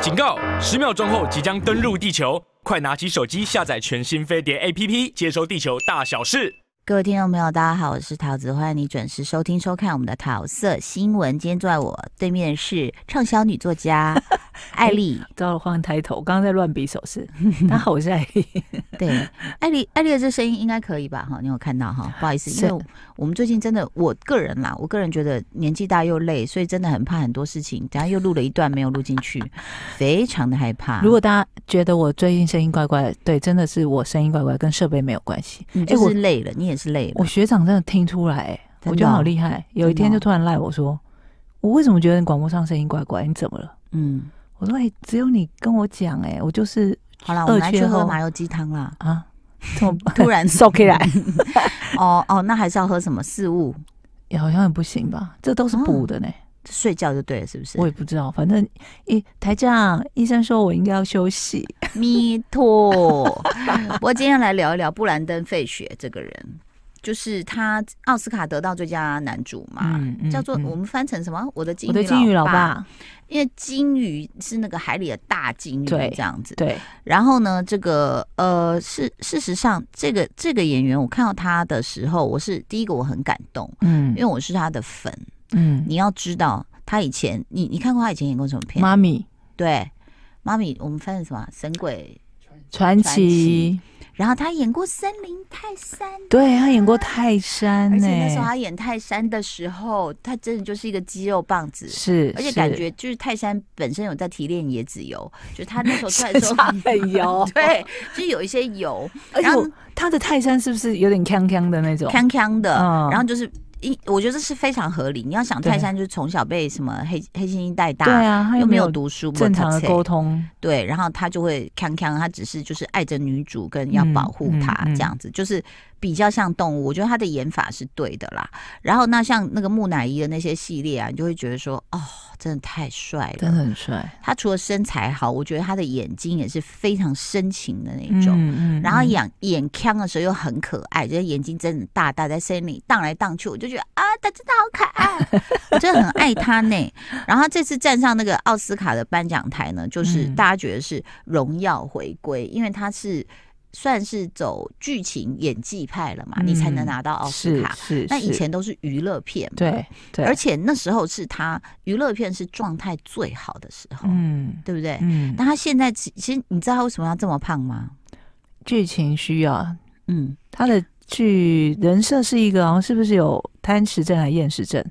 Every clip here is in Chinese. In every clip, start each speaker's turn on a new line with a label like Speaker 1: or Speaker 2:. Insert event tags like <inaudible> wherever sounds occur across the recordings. Speaker 1: 警告！十秒钟后即将登陆地球，快拿起手机下载全新飞碟 APP，接收地球大小事。
Speaker 2: 各位听众朋友，大家好，我是桃子，欢迎你准时收听收看我们的桃色新闻。今天坐在我对面是畅销女作
Speaker 3: <laughs>
Speaker 2: 家艾丽，
Speaker 3: 糟了，换抬头，刚刚在乱比手 <laughs> 势。大家好，我是艾丽。
Speaker 2: 对，艾丽，艾丽的这声音应该可以吧？哈，你有看到哈？不好意思，因为我们最近真的，我个人啦，我个人觉得年纪大又累，所以真的很怕很多事情。等下又录了一段没有录进去，非常的害怕。
Speaker 3: <laughs> 如果大家觉得我最近声音怪怪的，对，真的是我声音怪怪，跟设备没有关系。
Speaker 2: 你
Speaker 3: 哎
Speaker 2: 就
Speaker 3: 我
Speaker 2: 是累了，你也是累了
Speaker 3: 我。学长真的听出来、哎
Speaker 2: 真的
Speaker 3: 我觉得
Speaker 2: 哦
Speaker 3: 好厉害。有一天就突然赖我说，我为什么觉得你广播上声音怪怪？你怎么了？
Speaker 2: 嗯，
Speaker 3: 我说，哎、只有你跟我讲，哎，我就是
Speaker 2: 好啦，我们来
Speaker 3: 二缺哦
Speaker 2: 去喝
Speaker 3: 后
Speaker 2: 麻油鸡汤啦。
Speaker 3: <laughs> 啊，这么
Speaker 2: 突然
Speaker 3: 收起来，
Speaker 2: <laughs> 哦哦，那还是要喝什么四物？
Speaker 3: 也好像也不行吧？这都是补的呢、
Speaker 2: 睡觉就对了，是不是？ <laughs>
Speaker 3: 我也不知道，反正一台长医生说我应该要休息。
Speaker 2: Me too。我今天来聊一聊布兰登·费雪这个人，就是他奥斯卡得到最佳男主嘛，
Speaker 3: 嗯嗯
Speaker 2: 叫做
Speaker 3: 嗯
Speaker 2: 我们翻成什么？我的金
Speaker 3: 我的金鱼老，爸，
Speaker 2: 因为金鱼是那个海里的大金鱼，
Speaker 3: 对
Speaker 2: 这样子。
Speaker 3: 对，
Speaker 2: 然后呢，这个呃，事事实上，这个这个演员，我看到他的时候，我是第一个我很感动，
Speaker 3: 嗯
Speaker 2: 因为我是他的粉。
Speaker 3: 嗯，
Speaker 2: 你要知道，他以前你你看过他以前演过什么片？
Speaker 3: 妈咪
Speaker 2: 对，妈咪，我们翻成什么啊？神鬼
Speaker 3: 传
Speaker 2: 传
Speaker 3: 奇
Speaker 2: 奇，然后他演过《森林泰山》，
Speaker 3: 对他演过泰山
Speaker 2: 而
Speaker 3: 呢、
Speaker 2: 且那时候他演泰山的时候，他真的就是一个肌肉棒子，
Speaker 3: 是，
Speaker 2: 而且
Speaker 3: 是
Speaker 2: 感觉就是泰山本身有在提炼椰子油，就他那时候出
Speaker 3: <laughs>
Speaker 2: 来的
Speaker 3: 是
Speaker 2: 时
Speaker 3: 差
Speaker 2: 候，，
Speaker 3: 很油
Speaker 2: <laughs> 对，就有一些油，
Speaker 3: 而且
Speaker 2: 然后
Speaker 3: 我他的泰山是不是有点锵锵的那种？
Speaker 2: 康康的，
Speaker 3: 嗯
Speaker 2: 然后就是。一，我觉得这是非常合理。你要想
Speaker 3: 对
Speaker 2: 泰山就是从小被什么黑黑猩猩带大，
Speaker 3: 对啊，他
Speaker 2: 又
Speaker 3: 又
Speaker 2: 没
Speaker 3: 没
Speaker 2: 有
Speaker 3: 有
Speaker 2: 读书，没有
Speaker 3: 正常的
Speaker 2: 读册
Speaker 3: 沟通，
Speaker 2: 对，然后他就会康康，他只是就是爱着女主跟要保护她
Speaker 3: 嗯嗯嗯
Speaker 2: 这样子，就是比较像动物。我觉得他的演法是对的啦。然后那像那个木乃伊的那些系列啊，你就会觉得说，哦，真的太帅
Speaker 3: 真
Speaker 2: 了。
Speaker 3: 的很帅
Speaker 2: 他除了身材好，我觉得他的眼睛也是非常深情的那种。
Speaker 3: 嗯
Speaker 2: 然后
Speaker 3: 嗯
Speaker 2: 眼眼腔的时候又很可爱，就是眼睛真的大大在森林荡来荡去，我就觉得啊，他真的好可爱，啊
Speaker 3: <laughs>
Speaker 2: 我真的很爱他呢。然后他这次站上那个奥斯卡的颁奖台呢，就是
Speaker 3: 嗯
Speaker 2: 大家觉得是荣耀回归，因为他是算是走剧情演技派了嘛，你才能
Speaker 3: 嗯
Speaker 2: 拿到奥斯卡。
Speaker 3: 是是，
Speaker 2: 那以
Speaker 3: 是
Speaker 2: 前都是娱乐片嘛，
Speaker 3: 对对，
Speaker 2: 而且那时候是他娱乐片是状态最好的时候，
Speaker 3: 嗯
Speaker 2: 对不对？
Speaker 3: 嗯，
Speaker 2: 但他现在其其实你知道他为什么要这么胖吗？
Speaker 3: 剧情需要
Speaker 2: 嗯，
Speaker 3: 他的剧人设是一个，好像是不是有贪食症还是厌食症？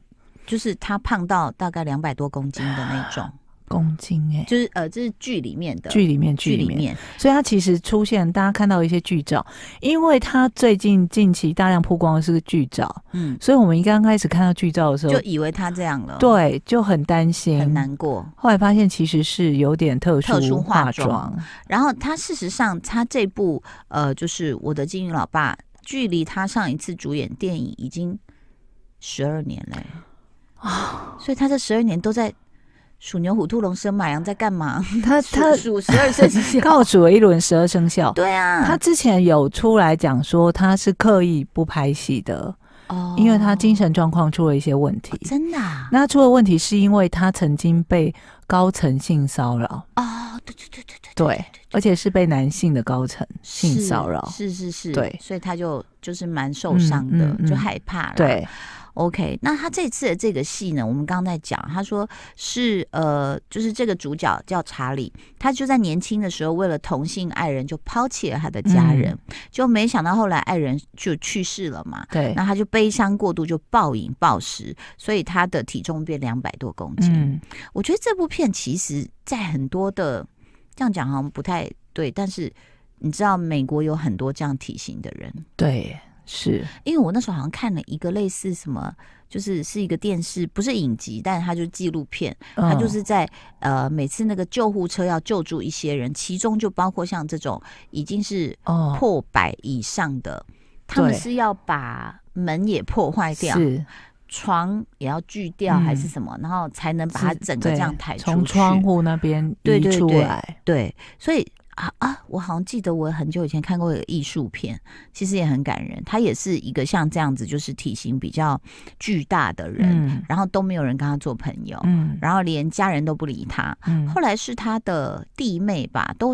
Speaker 2: 就是他胖到大概两百多公斤的那种，
Speaker 3: 公斤哎、
Speaker 2: 就是呃，这是剧里面的
Speaker 3: 啊剧里面
Speaker 2: 剧
Speaker 3: 剧
Speaker 2: 里
Speaker 3: 里面。
Speaker 2: 面，
Speaker 3: 所以他其实出现，大家看到一些剧照，因为他最近近期大量曝光的是剧照，
Speaker 2: 嗯，
Speaker 3: 所以我们一刚开始看到剧照的时候
Speaker 2: 就，以为他这样了，，
Speaker 3: 对，就很担心，
Speaker 2: 很。难过。
Speaker 3: 后来发现其实是有点特殊
Speaker 2: 特殊化
Speaker 3: 化
Speaker 2: 妆然后他事实上，他这部呃，就是《我的金鱼老爸》，距离他上一次主演电影已经十二年嘞、啊，所以他这十二年都在鼠牛虎兔龙蛇马羊在干嘛？
Speaker 3: 他他
Speaker 2: 数十二生肖，
Speaker 3: <laughs> 告诉了一轮十二生肖，
Speaker 2: 对啊，
Speaker 3: 他之前有出来讲说他是刻意不拍戏的，
Speaker 2: 哦
Speaker 3: 因为他精神状况出了一些问题。
Speaker 2: 真的啊
Speaker 3: 那出了问题是因为他曾经被高层性骚扰，
Speaker 2: 哦，对对对对对
Speaker 3: 对，而且是被男性的高层性
Speaker 2: 是
Speaker 3: 骚扰。
Speaker 2: 是是是，
Speaker 3: 对
Speaker 2: 所以他就就是蛮受伤的，
Speaker 3: 嗯嗯嗯
Speaker 2: 就害怕了。
Speaker 3: 对，
Speaker 2: ，OK，那他这次的这个戏呢，我们刚刚在讲，他说是呃，就是这个主角叫查理，他就在年轻的时候为了同性爱人就抛弃了他的
Speaker 3: 嗯
Speaker 2: 家人，就没想到后来爱人就去世了嘛。
Speaker 3: 对，
Speaker 2: 那他就悲伤过度，就暴饮暴食，所以他的体重变两百多公斤。
Speaker 3: 嗯，
Speaker 2: 我觉得这部片其实，在很多的这样讲好像不太对，但是你知道美国有很多这样体型的人，
Speaker 3: 对，是，
Speaker 2: 因为我那时候好像看了一个类似什么，就是是一个电视，不是影集，但是它就是纪录片，它
Speaker 3: 嗯
Speaker 2: 就是在、呃每次那个救护车要救助一些人，其中就包括像这种已经是
Speaker 3: 哦，
Speaker 2: 破百以上的，他们
Speaker 3: 对
Speaker 2: 是要把门也破坏掉，
Speaker 3: 是
Speaker 2: 床也要锯掉
Speaker 3: 嗯
Speaker 2: 还是什么，然后才能把它
Speaker 3: 是
Speaker 2: 整个这
Speaker 3: 对
Speaker 2: 样抬出去。
Speaker 3: 从窗户那边
Speaker 2: 对
Speaker 3: 移
Speaker 2: 对
Speaker 3: 出
Speaker 2: 对
Speaker 3: 来，
Speaker 2: 对，所以啊啊！我好像记得我很久以前看过一个艺术片，其实也很感人。他也是一个像这样子，就是体型比较巨大的人，
Speaker 3: 嗯
Speaker 2: 然后都没有人跟他做朋友，
Speaker 3: 嗯
Speaker 2: 然后连家人都不理他。
Speaker 3: 嗯
Speaker 2: 后来是他的弟妹吧，都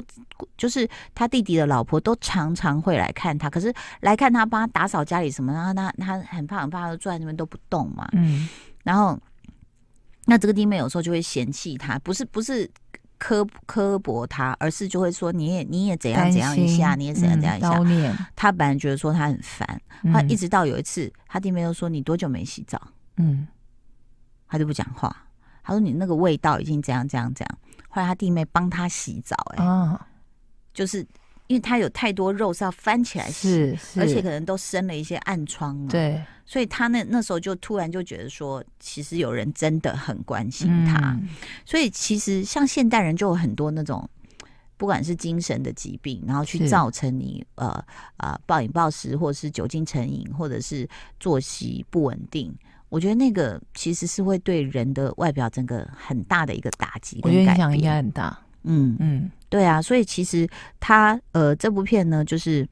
Speaker 2: 就是他弟弟的老婆，都常常会来看他。可是来看他帮他打扫家里什么，然后他他很怕很怕，他就坐在那边都不动嘛。
Speaker 3: 嗯
Speaker 2: 然后，那这个弟妹有时候就会嫌弃他，不是不是苛刻薄他，而是就会说你也你也怎样
Speaker 3: 担
Speaker 2: 怎样一下，
Speaker 3: 心
Speaker 2: 你也怎样
Speaker 3: 嗯
Speaker 2: 怎样一下。
Speaker 3: 叨念，
Speaker 2: 他本来觉得说他很烦，他一
Speaker 3: 直
Speaker 2: 直到有一次，他弟妹又说你多久没洗澡，
Speaker 3: 嗯
Speaker 2: 他就不讲话。他说你那个味道已经怎样怎样怎样。后来他弟妹帮他洗澡、哎、
Speaker 3: 啊
Speaker 2: 就是因为他有太多肉是要翻起来洗，
Speaker 3: 是是，
Speaker 2: 而且可能都生了一些暗疮嘛。
Speaker 3: 对
Speaker 2: 所以他那那时候就突然就觉得说，其实有人真的很关心他。
Speaker 3: 嗯
Speaker 2: 所以其实像现代人就有很多那种，不管是精神的疾病，然后去
Speaker 3: 是
Speaker 2: 造成你呃呃暴饮暴食，或者是酒精成瘾，或者是作息不稳定。我觉得那个其实是会对人的外表整个很大的一个打击
Speaker 3: 我觉
Speaker 2: 跟
Speaker 3: 得影
Speaker 2: 改
Speaker 3: 响应该
Speaker 2: 变。
Speaker 3: 很大，
Speaker 2: 嗯，
Speaker 3: 嗯
Speaker 2: 对啊，所以其实他呃这部片呢，就是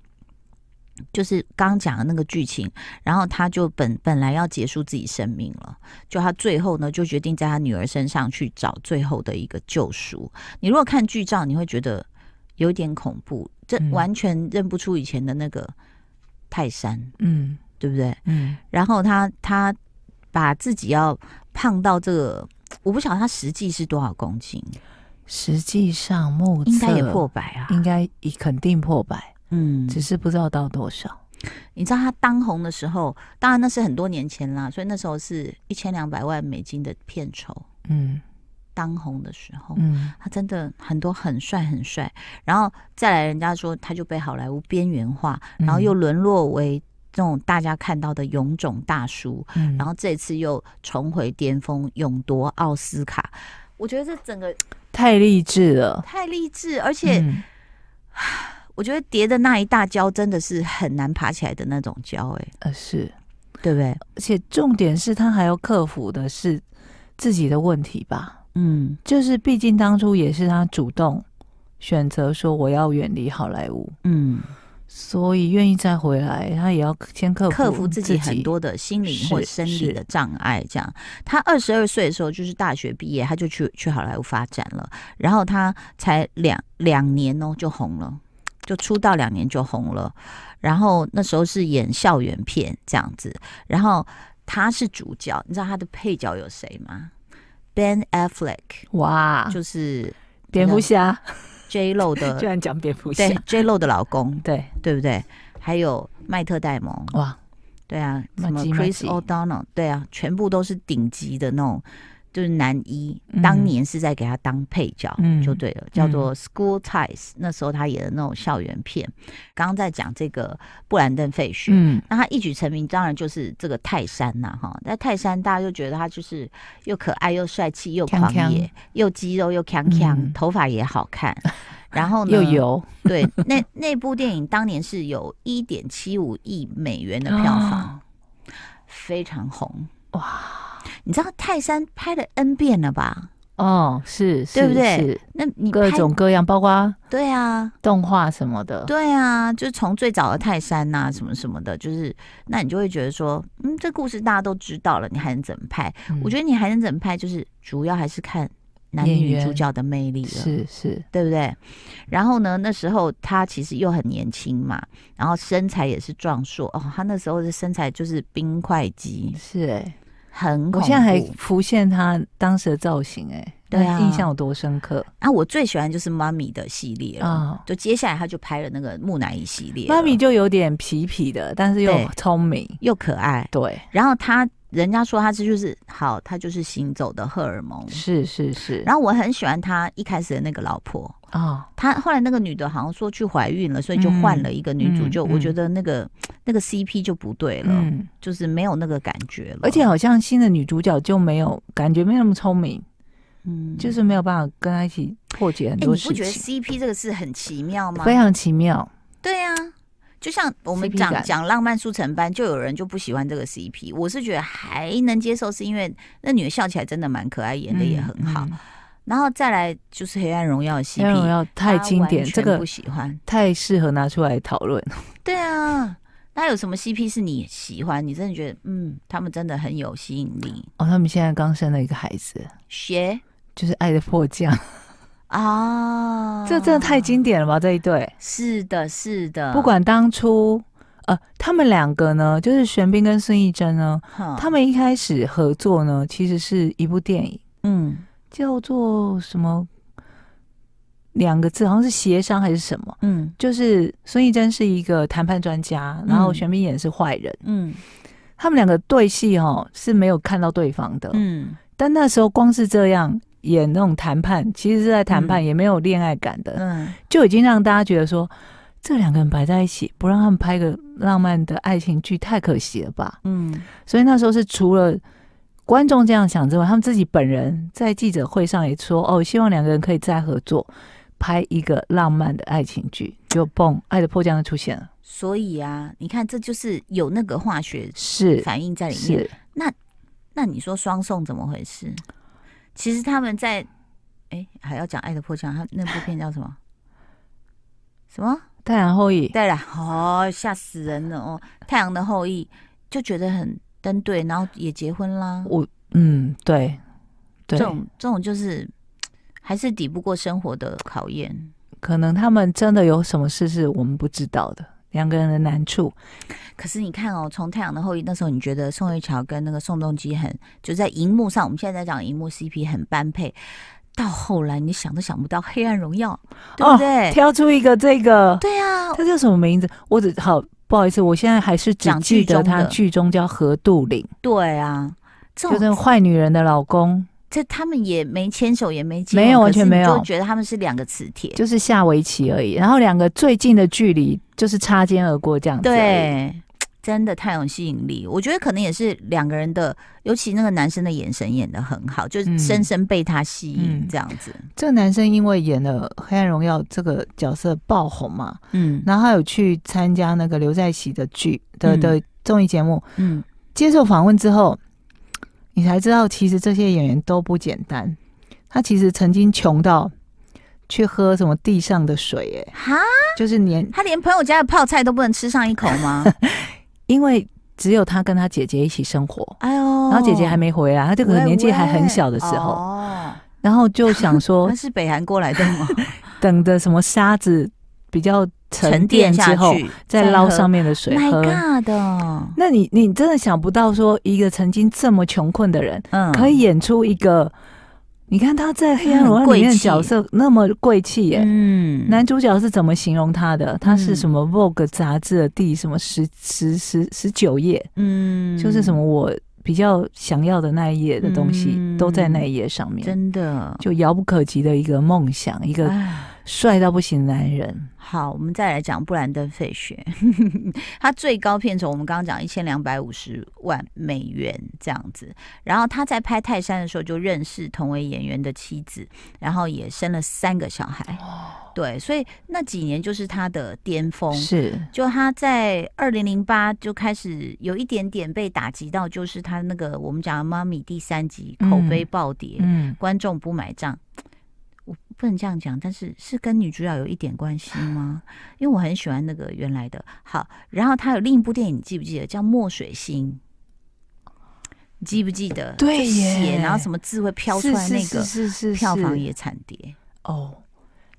Speaker 2: 就是刚讲的那个剧情，然后他就本本来要结束自己生命了，就他最后呢就决定在他女儿身上去找最后的一个救赎。你如果看剧照，你会觉得有点恐怖，这
Speaker 3: 嗯
Speaker 2: 完全认不出以前的那个泰山，
Speaker 3: 嗯
Speaker 2: 对不对？
Speaker 3: 嗯
Speaker 2: 然后他他把自己要胖到这个，我不晓得他实际是多少公斤，
Speaker 3: 实际上目测
Speaker 2: 应该也破，百啊，
Speaker 3: 应该已肯定破百，
Speaker 2: 嗯
Speaker 3: 只是不知道到多少。
Speaker 2: 你知道他当红的时候，当然那是很多年前啦，所以那时候是一千两百万美金的片酬。
Speaker 3: 嗯
Speaker 2: 当红的时候，
Speaker 3: 嗯
Speaker 2: 他真的很多很帅很帅，然后再来人家说他就被好莱坞边缘化，
Speaker 3: 嗯
Speaker 2: 然后又沦落为这种大家看到的臃肿大叔，
Speaker 3: 嗯，
Speaker 2: 然后这次又重回巅峰，勇夺奥斯卡。我觉得这整个
Speaker 3: 太励志了，
Speaker 2: 太励志，而且
Speaker 3: 嗯
Speaker 2: 我觉得跌的那一大跤真的是很难爬起来的那种跤、欸，
Speaker 3: 呃是，
Speaker 2: 哎，对不对？
Speaker 3: 而且重点是他还要克服的是自己的问题吧？
Speaker 2: 嗯。
Speaker 3: 就是毕竟当初也是他主动选择说我要远离好莱坞，
Speaker 2: 嗯，
Speaker 3: 所以愿意再回来，他也要先克服
Speaker 2: 克服
Speaker 3: 自
Speaker 2: 自己很。多的心理或
Speaker 3: 是
Speaker 2: 生理
Speaker 3: 是
Speaker 2: 的障碍。这样，他二十二岁的时候就是大学毕业，他就去去好莱坞发展了。然后他才两两年哦就红了，就出道两年就红了。然后那时候是演校园片这样子，然后他是主角，你知道他的配角有谁吗？Ben Affleck
Speaker 3: 哇，
Speaker 2: 就是
Speaker 3: 蝙蝠侠
Speaker 2: J Lo
Speaker 3: 居 <laughs>
Speaker 2: 的
Speaker 3: 然讲蝙蝠侠
Speaker 2: 对，J Lo 的老公，
Speaker 3: 对，
Speaker 2: 对不对？还有麦特戴蒙，
Speaker 3: 哇，
Speaker 2: 对啊，什
Speaker 3: 麦
Speaker 2: 么
Speaker 3: 基麦
Speaker 2: Chris
Speaker 3: 基
Speaker 2: O'Donnell，对啊，全部都是顶级的那种，就是男一。
Speaker 3: 嗯
Speaker 2: 当年是在给他当配角，
Speaker 3: 嗯
Speaker 2: 就对了，叫做 School Ties、那时候他演的那种校园片，刚刚在讲这个布兰登·费雪。
Speaker 3: 嗯
Speaker 2: 那他一举成名，当然就是这个泰山呐、哈。在泰山，大家就觉得他就是又可爱又帅气又狂
Speaker 3: 锵
Speaker 2: 野
Speaker 3: 锵，
Speaker 2: 又肌肉又锵锵，
Speaker 3: 嗯
Speaker 2: 头发也好看。然后呢，
Speaker 3: <laughs> 又油
Speaker 2: 对，那那部电影当年是有一点七五亿美元的票
Speaker 3: 哦
Speaker 2: 房，非常红。
Speaker 3: 哇，
Speaker 2: 你知道泰山拍了 N 遍了吧？
Speaker 3: 哦，是，是
Speaker 2: 对不对
Speaker 3: 是
Speaker 2: 那你
Speaker 3: 各
Speaker 2: 拍
Speaker 3: 种各样，包括
Speaker 2: 对啊，
Speaker 3: 动画什么的，
Speaker 2: 对啊，就从最早的泰山呐、什么什么的，就是那你就会觉得说，嗯，这故事大家都知道了，你还能怎么拍？
Speaker 3: 嗯
Speaker 2: 我觉得你还能怎么拍，就是主要还是看男
Speaker 3: 演
Speaker 2: 女
Speaker 3: 员
Speaker 2: 主角的魅力了。
Speaker 3: 是是，
Speaker 2: 对不对？然后呢，那时候他其实又很年轻嘛，然后身材也是壮硕哦，他那时候的身材就是冰块肌，
Speaker 3: 是哎，
Speaker 2: 很恐
Speaker 3: 我
Speaker 2: 怖。
Speaker 3: 现在还浮现他当时的造型，哎，
Speaker 2: 对啊
Speaker 3: 印象有多深刻
Speaker 2: 啊，我最喜欢就是妈咪的系列了，
Speaker 3: 啊！
Speaker 2: 就接下来他就拍了那个木乃伊系列了，
Speaker 3: 妈咪就有点痞痞的，但是
Speaker 2: 对
Speaker 3: 又聪明，
Speaker 2: 又可爱，
Speaker 3: 对，
Speaker 2: 然后他人家说他这就是好，他就是行走的荷尔蒙。
Speaker 3: 是是是，
Speaker 2: 嗯然后我很喜欢他一开始的那个老婆，
Speaker 3: 后啊，
Speaker 2: 他后来那个女的好像说去怀孕了，所以就换了一个女主，
Speaker 3: 嗯
Speaker 2: 就
Speaker 3: 嗯
Speaker 2: 我觉得那个那个 CP 就不对了。
Speaker 3: 嗯，
Speaker 2: 就是没有那个感觉了，
Speaker 3: 而且好像新的女主角就没有感觉，没有那么聪明，
Speaker 2: 嗯
Speaker 3: 就是没有办法跟她一起破解很
Speaker 2: 哎、
Speaker 3: 多
Speaker 2: 你
Speaker 3: 事
Speaker 2: 不觉得
Speaker 3: 情，
Speaker 2: CP 这个事很奇妙吗？
Speaker 3: 非常奇妙。
Speaker 2: 对啊，就像我们
Speaker 3: CP
Speaker 2: 讲
Speaker 3: 感
Speaker 2: 讲浪漫速成班，就有人就不喜欢这个 CP，我是觉得还能接受，是因为那女的笑起来真的蛮可爱，演的也很好。
Speaker 3: 嗯，
Speaker 2: 然后再来就是《黑暗荣耀》的
Speaker 3: 《黑
Speaker 2: CP，
Speaker 3: 暗荣耀》太经典，
Speaker 2: 大家完
Speaker 3: 这
Speaker 2: 全
Speaker 3: 个
Speaker 2: 不喜欢。
Speaker 3: 太适合拿出来讨论。
Speaker 2: 对啊，那有什么 CP 是你喜欢？你真的觉得嗯，他们真的很有吸引力？
Speaker 3: 哦，他们现在刚生了一个孩子，
Speaker 2: 学
Speaker 3: 就是《爱的迫降》
Speaker 2: 哦啊，
Speaker 3: 这真的太经典了吧？这一对，
Speaker 2: 是的，是的，
Speaker 3: 不管当初呃，他们两个呢，就是玄彬跟孙艺珍呢，
Speaker 2: 哼
Speaker 3: 他们一开始合作呢，其实是一部电影，
Speaker 2: 嗯
Speaker 3: 叫做什么两个字，好像是协商还是什么。
Speaker 2: 嗯
Speaker 3: 就是孙艺珍是一个谈判专家，然后
Speaker 2: 嗯
Speaker 3: 玄彬演是坏人，
Speaker 2: 嗯
Speaker 3: 他们两个对戏哦是没有看到对方的，
Speaker 2: 嗯
Speaker 3: 但那时候光是这样演那种谈判，其实是在谈判，
Speaker 2: 嗯
Speaker 3: 也没有恋爱感的，
Speaker 2: 嗯，
Speaker 3: 就已经让大家觉得说，这两个人摆在一起，不让他们拍个浪漫的爱情剧，太可惜了吧？
Speaker 2: 嗯，
Speaker 3: 所以那时候是除了观众这样想之外，他们自己本人在记者会上也说，哦，希望两个人可以再合作，拍一个浪漫的爱情剧，就蹦，《爱的迫降》就出现了，
Speaker 2: 所以啊，你看这就是有那个化学
Speaker 3: 是
Speaker 2: 反应在里面。
Speaker 3: 是，
Speaker 2: 那你说双宋怎么回事？其实他们在哎还要讲《爱的迫降》，他那部片叫什
Speaker 3: <laughs>
Speaker 2: 么？什么？
Speaker 3: 太阳后裔，
Speaker 2: 对了，哦，吓死人了哦！《太阳的后裔》就觉得很登对，然后也结婚啦。
Speaker 3: 嗯，对，对
Speaker 2: 这，种这种就是还是抵不过生活的考验。
Speaker 3: 可能他们真的有什么事是我们不知道的，两个人的难处，
Speaker 2: 可是你看哦，从《太阳的后裔》那时候，你觉得宋慧乔跟那个宋仲基很就在荧幕上，我们现在在讲荧幕 CP 很般配，到后来你想都想不到《黑暗荣
Speaker 3: 哦
Speaker 2: 耀》，对不对？
Speaker 3: 挑出一个这个，
Speaker 2: 对啊，
Speaker 3: 他叫什么名字？我只好不好意思，我现在还是只
Speaker 2: 讲
Speaker 3: 记
Speaker 2: 剧
Speaker 3: 得
Speaker 2: 中
Speaker 3: 他
Speaker 2: 的
Speaker 3: 剧中叫何杜陵，
Speaker 2: 对啊，这
Speaker 3: 就
Speaker 2: 种
Speaker 3: 是坏女人的老公，
Speaker 2: 这他们也没牵手，也没接
Speaker 3: 没有
Speaker 2: 吻
Speaker 3: 完
Speaker 2: 可是
Speaker 3: 全没
Speaker 2: 你就
Speaker 3: 有
Speaker 2: 觉得他们是两个磁铁。
Speaker 3: 就是下围棋而已。然后两个最近的距离就是擦肩而过这样子。，
Speaker 2: 对，真的太有吸引力。我觉得可能也是两个人的，尤其那个男生的眼神演的很好，就
Speaker 3: 嗯
Speaker 2: 是深深被他吸
Speaker 3: 嗯
Speaker 2: 引这样子。
Speaker 3: 这个男生因为演了《黑暗荣耀》这个角色爆红嘛，
Speaker 2: 嗯
Speaker 3: 然后他有去参加那个刘在熙的剧的
Speaker 2: 嗯
Speaker 3: 的综艺节目，
Speaker 2: 嗯，
Speaker 3: 接受访问之后，你才知道其实这些演员都不简单。他其实曾经穷到去喝什么地上的水、欸，
Speaker 2: 哈，
Speaker 3: 就是连
Speaker 2: 他连朋友家的泡菜都不能吃上一口
Speaker 3: <laughs>
Speaker 2: 吗？
Speaker 3: 因为只有他跟他姐姐一起生活，
Speaker 2: 哎呦，
Speaker 3: 然后姐姐还没回来，他这个
Speaker 2: 喂
Speaker 3: 年纪还很
Speaker 2: 喂
Speaker 3: 小的时候，
Speaker 2: 哦，
Speaker 3: 然后就想
Speaker 2: <laughs>
Speaker 3: 说
Speaker 2: 他是北韩过来的
Speaker 3: <laughs>
Speaker 2: 吗？
Speaker 3: 等着什么沙子比较沉淀之
Speaker 2: 下
Speaker 3: 后，
Speaker 2: 去，
Speaker 3: 再捞上
Speaker 2: 面
Speaker 3: 面的水喝。
Speaker 2: ，My God，哦
Speaker 3: 那你你真的想不到说一个曾经这么穷困的人，
Speaker 2: 嗯，
Speaker 3: 可以演出一个，你看他在《黑暗荣耀》里面的角色那么贵气耶。
Speaker 2: 嗯，
Speaker 3: 男主角是怎么形容他的？他是
Speaker 2: 嗯
Speaker 3: 什么 Vogue 杂志的第什么十十十十九页，
Speaker 2: 嗯
Speaker 3: 就是什么我比较想要的那一页的东西、
Speaker 2: 嗯
Speaker 3: 都在那一页上面，
Speaker 2: 真的。
Speaker 3: 就遥不可及的一个梦想，一个
Speaker 2: 哎
Speaker 3: 帅到不行的男人。
Speaker 2: 好，我们再来讲布兰登·费雪， <laughs> 他最高片酬我们刚刚讲一千两百五十万美元这样子。然后他在拍《泰山》的时候就认识同为演员的妻子，然后也生了三个小孩。对，所以那几年就是他的巅峰。
Speaker 3: 是，
Speaker 2: 就他在二零零八就开始有一点点被打击到，就是他那个我们讲的《妈咪》第三集口碑
Speaker 3: 嗯
Speaker 2: 暴跌，
Speaker 3: 嗯，
Speaker 2: 观众不买账。我不能这样讲，但是是跟女主角有一点关系
Speaker 3: <laughs>
Speaker 2: 吗？因为我很喜欢那个原来的。好，然后他有另一部电影，你记不记得叫《墨水星》？你记不记得？
Speaker 3: 对
Speaker 2: 就
Speaker 3: 耶
Speaker 2: 血，然后什么字会飘出来，那
Speaker 3: 是
Speaker 2: 个
Speaker 3: 是是是是
Speaker 2: 票房也惨跌。
Speaker 3: 哦，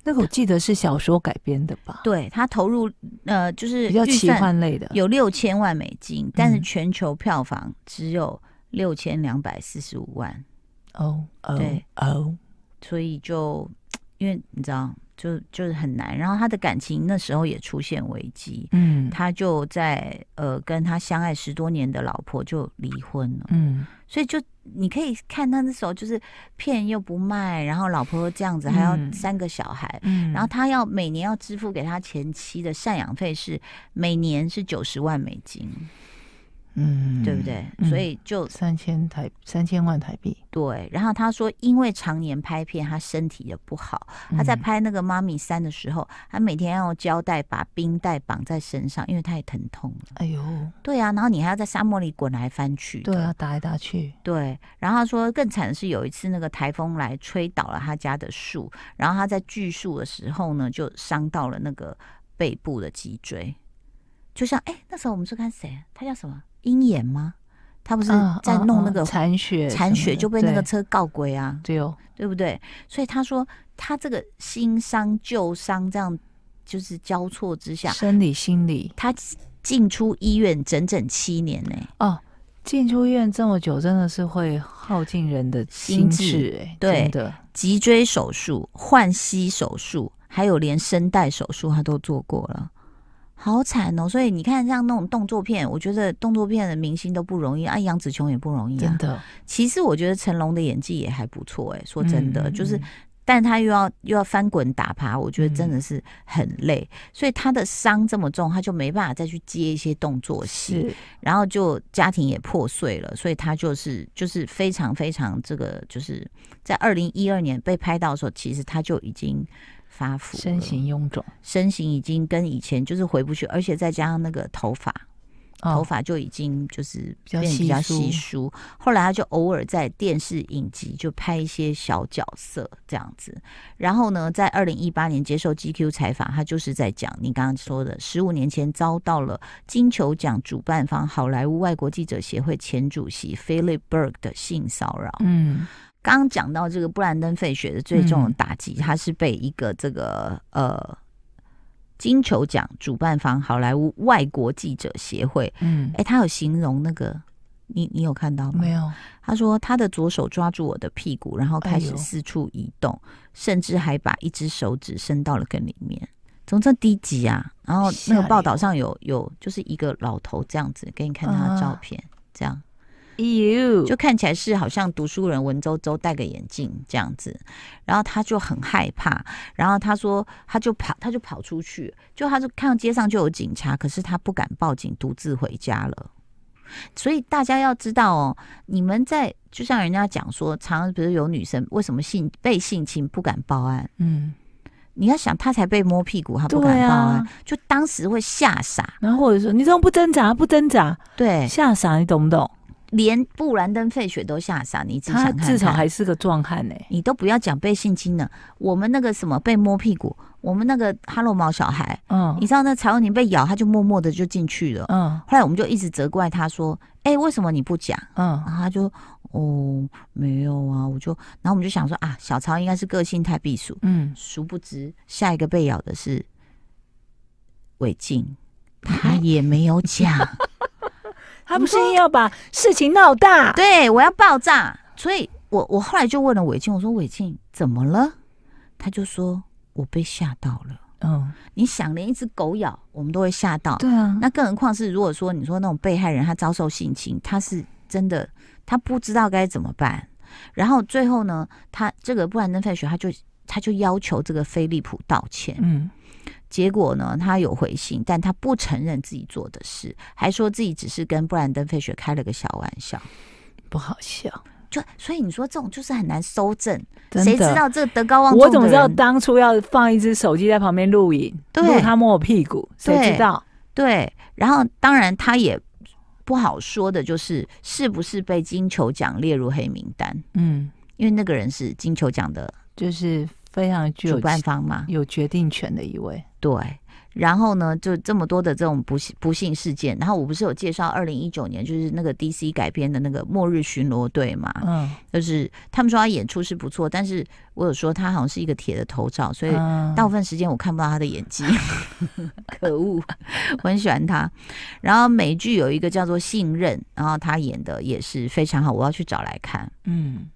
Speaker 3: 那个我记得是小说改编的吧，
Speaker 2: 对他投入呃，就是
Speaker 3: 比较
Speaker 2: 预
Speaker 3: 奇
Speaker 2: 算
Speaker 3: 幻类的。
Speaker 2: 有六千万美金，但是
Speaker 3: 嗯
Speaker 2: 全球票房只有六千两百四十五万。
Speaker 3: 哦哦
Speaker 2: 对
Speaker 3: 哦，
Speaker 2: 所以就因为你知道，就就是很难。然后他的感情那时候也出现危机，
Speaker 3: 嗯
Speaker 2: 他就在呃跟他相爱十多年的老婆就离婚了。
Speaker 3: 嗯，
Speaker 2: 所以就你可以看他那时候就是片又不卖，然后老婆又这样子，还要
Speaker 3: 嗯
Speaker 2: 三个小孩。
Speaker 3: 嗯
Speaker 2: 然后他要每年要支付给他前妻的赡养费是每年是九十万美金，
Speaker 3: 嗯
Speaker 2: 对不对？所以就
Speaker 3: 三千台三千万台币，
Speaker 2: 对。然后他说，因为常年拍片，他身体也不好。他在
Speaker 3: 嗯
Speaker 2: 拍那个《妈咪三》的时候，他每天要用胶带把冰袋绑在身上，因为太疼痛了。
Speaker 3: 哎呦，
Speaker 2: 对啊，然后你还要在沙漠里滚来翻去的。
Speaker 3: 对啊，打来打去，
Speaker 2: 对，然后他说更惨的是有一次那个台风来吹倒了他家的树，然后他在锯树的时候呢，就伤到了那个背部的脊椎。就像哎，那时候我们是看谁啊？他叫什么？鹰眼吗？他不是
Speaker 3: 啊
Speaker 2: 在
Speaker 3: 啊
Speaker 2: 弄
Speaker 3: 啊
Speaker 2: 那个
Speaker 3: 残血什么的，
Speaker 2: 残血就被那个
Speaker 3: 对
Speaker 2: 车告鬼啊，
Speaker 3: 对哦，
Speaker 2: 对不对？所以他说他这个新伤旧伤这样就是交错之下，
Speaker 3: 生理心理
Speaker 2: 他进出医院整整七年呢、
Speaker 3: 哦。进出院这么久，真的是会耗尽人的
Speaker 2: 心
Speaker 3: 心
Speaker 2: 智
Speaker 3: 智哎，
Speaker 2: 对
Speaker 3: 真的，
Speaker 2: 脊椎手术、换膝手术，还有连声带手术，他都做过了，好惨哦！所以你看，像那种动作片，我觉得动作片的明星都不容易，啊，杨紫琼也不容易
Speaker 3: 真
Speaker 2: 啊。
Speaker 3: 的，
Speaker 2: 其实我觉得成龙的演技也还不错，哎，说真的，
Speaker 3: 嗯
Speaker 2: 就是
Speaker 3: 嗯，
Speaker 2: 但他又要又要翻滚打爬，我觉得真的是很累，所以他的伤这么重，他就没办法再去接一些动作戏。
Speaker 3: 是
Speaker 2: 然后就家庭也破碎了，所以他就是就是非常非常这个就是在二零一二年被拍到的时候，其实他就已经发福了，
Speaker 3: 身形臃肿，
Speaker 2: 身形已经跟以前就是回不去，而且再加上那个头发，头
Speaker 3: 哦，
Speaker 2: 发就已经就是
Speaker 3: 比较
Speaker 2: 变得比较
Speaker 3: 稀疏
Speaker 2: 稀疏。后来他就偶尔在电视影集就拍一些小角色这样子。然后呢，在二零一八年接受 GQ 采访，他就是在讲你刚刚说的，十五年前遭到了金球奖主办方好莱坞外国记者协会前主席 Philip Berg 的性骚扰。
Speaker 3: 嗯，
Speaker 2: 刚刚讲到这个布兰登·费雪的最重的打击，他是被一个这个呃金球奖主办方好莱坞外国记者协会
Speaker 3: 嗯
Speaker 2: 哎、，他有形容那个，你你有看到吗？
Speaker 3: 没。有，
Speaker 2: 他说他的左手抓住我的屁股，然后开
Speaker 3: 哎
Speaker 2: 始
Speaker 3: 呦
Speaker 2: 四处移动，甚至还把一只手指伸到了更里面。总之低级啊！然后那
Speaker 3: 吓
Speaker 2: 个
Speaker 3: 人
Speaker 2: 报道上有有就是一个老头这样子给你看他的照
Speaker 3: 啊
Speaker 2: 片，这样哎
Speaker 3: 哟，
Speaker 2: 就看起来是好像读书人文绉绉，戴个眼镜这样子，然后他就很害怕，然后他说他就跑，他就跑出去，就他就看到街上就有警察，可是他不敢报警，独自回家了。所以大家要知道哦，你们在就像人家讲说，常常比如有女生为什么性被性侵不敢报案，
Speaker 3: 嗯，
Speaker 2: 你要想她才被摸屁股，她不敢
Speaker 3: 对
Speaker 2: 报
Speaker 3: 啊
Speaker 2: 案，就当时会吓傻，
Speaker 3: 然后或者说你怎么不挣扎？不挣扎，
Speaker 2: 对，
Speaker 3: 吓傻，你懂不懂？
Speaker 2: 连布兰登·费雪都吓傻，你自己想
Speaker 3: 他
Speaker 2: 看看
Speaker 3: 至少还是个壮汉呢。哎
Speaker 2: 你都不要讲被性侵了，我们那个什么被摸屁股，我们那个哈罗毛小孩，
Speaker 3: 嗯
Speaker 2: 你知道那曹永宁被咬，他就默默的就进去了。
Speaker 3: 嗯
Speaker 2: 后来我们就一直责怪他说：“哎、为什么你不讲？”
Speaker 3: 嗯，
Speaker 2: 然后他就哦，没有啊，我就，然后我们就想说啊，小曹应该是个性太避暑，
Speaker 3: 嗯，
Speaker 2: 殊不知下一个被咬的是韦静，他也没有讲。
Speaker 3: 他不是硬要把事情闹大？
Speaker 2: 对，我要爆炸。所以我我后来就问了伟静，我说伟静怎么了？他就说我被吓到了。
Speaker 3: 嗯，
Speaker 2: 你想，连一只狗咬我们都会吓到，
Speaker 3: 对啊，
Speaker 2: 那更何况是如果说你说那种被害人他遭受性侵，他是真的他不知道该怎么办。然后最后呢，他这个布兰登·费雪他就他就要求这个菲利普道歉。
Speaker 3: 嗯，
Speaker 2: 结果呢，他有回信，但他不承认自己做的事，还说自己只是跟布兰登·费雪开了个小玩笑。
Speaker 3: 不好笑，
Speaker 2: 就所以你说这种就是很难搜证，
Speaker 3: 真
Speaker 2: 谁知
Speaker 3: 的。
Speaker 2: 道这个德高望重
Speaker 3: 我怎么知道
Speaker 2: 的人
Speaker 3: 当初要放一只手机在旁边录影？
Speaker 2: 对
Speaker 3: 如果他摸我屁股，谁
Speaker 2: 对
Speaker 3: 知道？
Speaker 2: 对，然后当然他也不好说的，就是是不是被金球奖列入黑名单，
Speaker 3: 嗯，
Speaker 2: 因为那个人是金球奖的
Speaker 3: 就是非常具
Speaker 2: 主
Speaker 3: 有
Speaker 2: 办方嘛。
Speaker 3: 有决定权的一位。
Speaker 2: 对，然后呢，就这么多的这种不幸不幸事件，然后我不是有介绍二零一九年就是那个 DC 改编的那个《末日巡逻队》嘛，
Speaker 3: 嗯，
Speaker 2: 就是他们说他演出是不错，但是我有说他好像是一个铁的头罩，所以
Speaker 3: 嗯
Speaker 2: 大部分时间我看不到他的演技，可恶！ <laughs> 我很喜欢他。然后美剧有一个叫做《信任》，然后他演的也是非常好，我要去找来看。
Speaker 3: 嗯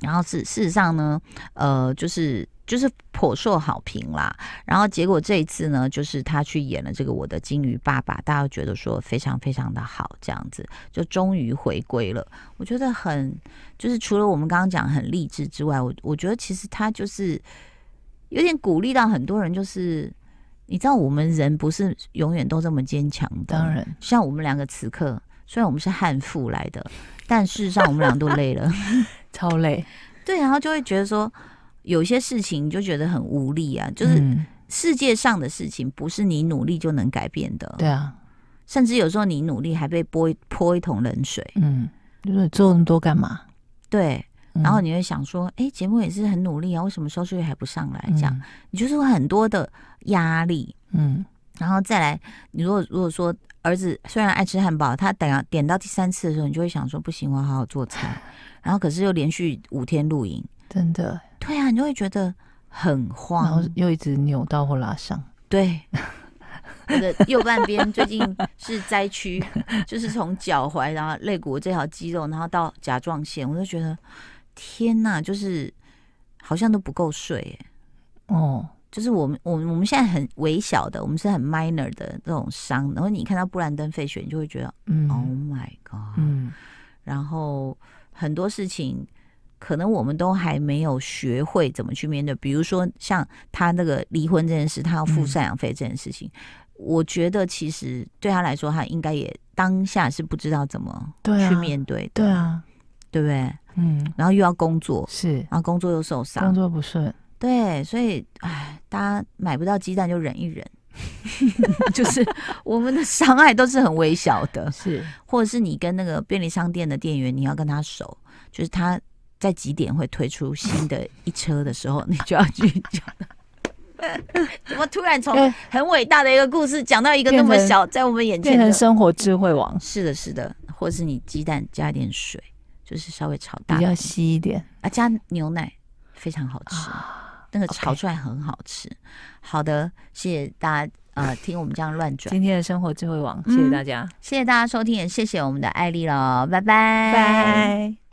Speaker 2: 然后事事实上呢，呃，就是就是颇受好评啦。然后结果这一次呢，就是他去演了这个《我的金鱼爸爸》，大家觉得说非常非常的好，这样子就终于回归了。我觉得很就是除了我们刚刚讲很励志之外，我我觉得其实他就是有点鼓励到很多人，就是你知道我们人不是永远都这么坚强的，
Speaker 3: 当然
Speaker 2: 像我们两个此刻虽然我们是悍妇来的，但事实上我们俩都累了。
Speaker 3: 超累，
Speaker 2: 对，然后就会觉得说，有些事情你就觉得很无力啊，就是
Speaker 3: 嗯
Speaker 2: 世界上的事情不是你努力就能改变的，
Speaker 3: 对啊，
Speaker 2: 甚至有时候你努力还被泼一泼一桶冷水，
Speaker 3: 嗯，就是做那么多干嘛？
Speaker 2: 对，
Speaker 3: 嗯
Speaker 2: 然后你会想说，哎、节目也是很努力啊，为什么收视率还不上来？这样，，
Speaker 3: 嗯
Speaker 2: 你就是有很多的压力，
Speaker 3: 嗯
Speaker 2: 然后再来，你如果如果说儿子虽然爱吃汉堡，他等到点到第三次的时候，你就会想说不行，我要好好做菜。然后可是又连续五天露营，
Speaker 3: 真的，
Speaker 2: 对啊，你就会觉得很
Speaker 3: 然后
Speaker 2: 慌。
Speaker 3: 又一直扭到或拉伤，
Speaker 2: 对， <laughs> 我的右半边最近是灾区，就是从脚踝，然后肋骨这条肌肉，然后到甲状腺，我就觉得天呐，就是好像都不够睡、欸。
Speaker 3: 哦，
Speaker 2: 就是我们我们我们现在很微小的，我们是很 minor 的这种伤，然后你看到布兰登费雪，你就会觉得、Oh
Speaker 3: 嗯
Speaker 2: my god！、
Speaker 3: 嗯，
Speaker 2: 然后很多事情可能我们都还没有学会怎么去面对，比如说像他那个离婚这件事，他要付
Speaker 3: 嗯
Speaker 2: 赡养费这件事情，我觉得其实对他来说，他应该也当下是不知道怎么
Speaker 3: 对啊
Speaker 2: 去，面对的，
Speaker 3: 对啊，
Speaker 2: 对不对？
Speaker 3: 嗯，
Speaker 2: 然后又要工作，
Speaker 3: 是
Speaker 2: 然后工作又受伤，
Speaker 3: 工作不顺， <laughs>
Speaker 2: 对，所以唉，大家买不到鸡蛋就忍一忍， <laughs> 就是我们的伤害都是很微小
Speaker 3: <laughs>
Speaker 2: 的， <laughs>
Speaker 3: 是
Speaker 2: 或者是你跟那个便利商店的店员，你要跟他熟，就是他在几点会推出新的一车的时候，你就要去讲。 <laughs> 怎么突然从
Speaker 3: 哎
Speaker 2: 很伟大的一个故事讲到一个那么
Speaker 3: 变成
Speaker 2: 小，在我们眼
Speaker 3: 变
Speaker 2: 前
Speaker 3: 成
Speaker 2: 的？
Speaker 3: 生活智慧王，
Speaker 2: 是的，是的，或者是你鸡蛋加一点水，就是稍微炒大
Speaker 3: 比较稀一点，
Speaker 2: 啊，加牛奶非常好吃，那个
Speaker 3: 啊 OK
Speaker 2: 炒出来很好吃。好的，谢谢大家呃听我们这样乱转，
Speaker 3: 今天的生活智慧王，谢谢大家，
Speaker 2: 谢谢大家收听，也谢谢我们的艾丽了，拜拜，
Speaker 3: 拜。